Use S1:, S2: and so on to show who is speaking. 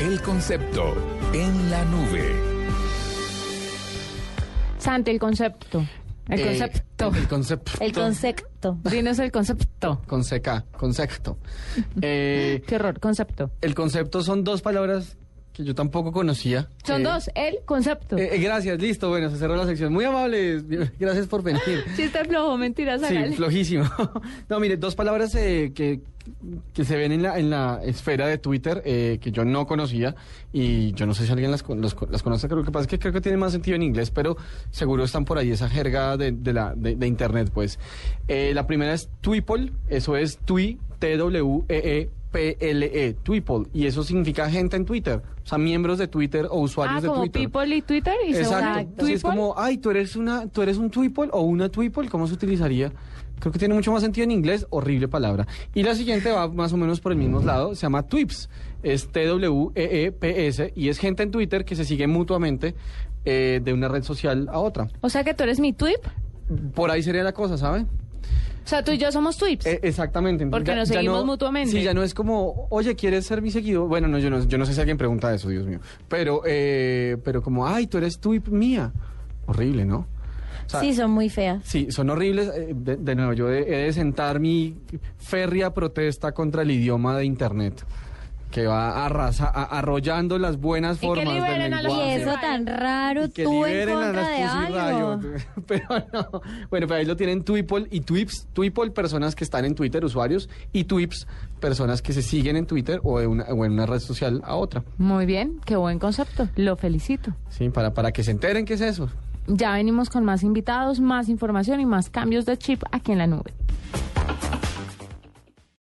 S1: El concepto en la nube.
S2: Santi, el concepto. El
S3: Eh,
S2: concepto.
S3: El concepto.
S4: El concepto.
S2: Dinos el concepto.
S3: Con seca, concepto. Eh,
S2: Qué horror, concepto.
S3: el concepto son dos palabras que yo tampoco conocía.
S2: Son
S3: Eh,
S2: dos, el concepto.
S3: eh, eh, gracias, listo, bueno, se cerró la sección. Muy amables, gracias por venir.
S2: Si está flojo, mentiras,
S3: Sí,
S2: hágale.
S3: flojísimo. No, mire, dos palabras eh, que, que se ven en la, en la esfera de Twitter eh, que yo no conocía y yo no sé si alguien las, con- los con- las conoce, creo que pasa es que creo que tiene más sentido en inglés, pero seguro están por ahí esa jerga de, de la, de, de Internet, pues. Eh, la primera es Twipol, eso es Twi, T-W-E-E. PLE, Twipol, y eso significa gente en Twitter, o sea, miembros de Twitter o usuarios
S2: Ah,
S3: de
S2: como
S3: Twitter.
S2: people y Twitter y se unen.
S3: Exacto. Sí, es
S2: Twipol.
S3: como, ay, tú eres una, tú eres un twipol o una twipol, ¿cómo se utilizaría? Creo que tiene mucho más sentido en inglés, horrible palabra. Y la siguiente va más o menos por el mismo lado, se llama Twips, es E T-W-E-E-P-S, y es gente en Twitter que se sigue mutuamente eh, de una red social a otra.
S2: O sea que tú eres mi twip. O
S3: Por ahí sería la cosa, ¿sabe?
S2: sea, tú y yo somos twips.
S3: Eh, exactamente. Entonces,
S2: Porque nos seguimos mutuamente.
S3: Sí, ya no es como, oye, ¿quieres ser mi seguidor? Bueno, no, yo no, yo no sé si alguien pregunta eso, Dios mío. Pero, eh, pero como, ay, tú eres tú y mía. Horrible, ¿no? O sea,
S4: Sí, son muy feas.
S3: Sí, son horribles. eh, De, de nuevo, yo he, he de sentar mi férrea protesta contra el idioma de Internet, que va arrasa, a- arrollando las buenas
S2: que
S3: formas del
S2: liberen a los
S4: Y
S3: lenguaje.
S4: eso tan raro,
S3: Y que
S4: tú en
S3: liberen a
S4: contra
S3: las
S4: de
S3: Pussy
S4: algo.
S3: Riot. Pero no. Bueno, pero ahí lo tienen Twipol y Twips. Twipol, personas que están en Twitter, usuarios, y Twips, personas que se siguen en Twitter o, de una- o en una red social a otra.
S2: Muy bien, qué buen concepto. Lo felicito.
S3: Sí, para, para que se enteren qué es eso.
S2: Ya venimos con más invitados, más información y más cambios de chip aquí en la nube.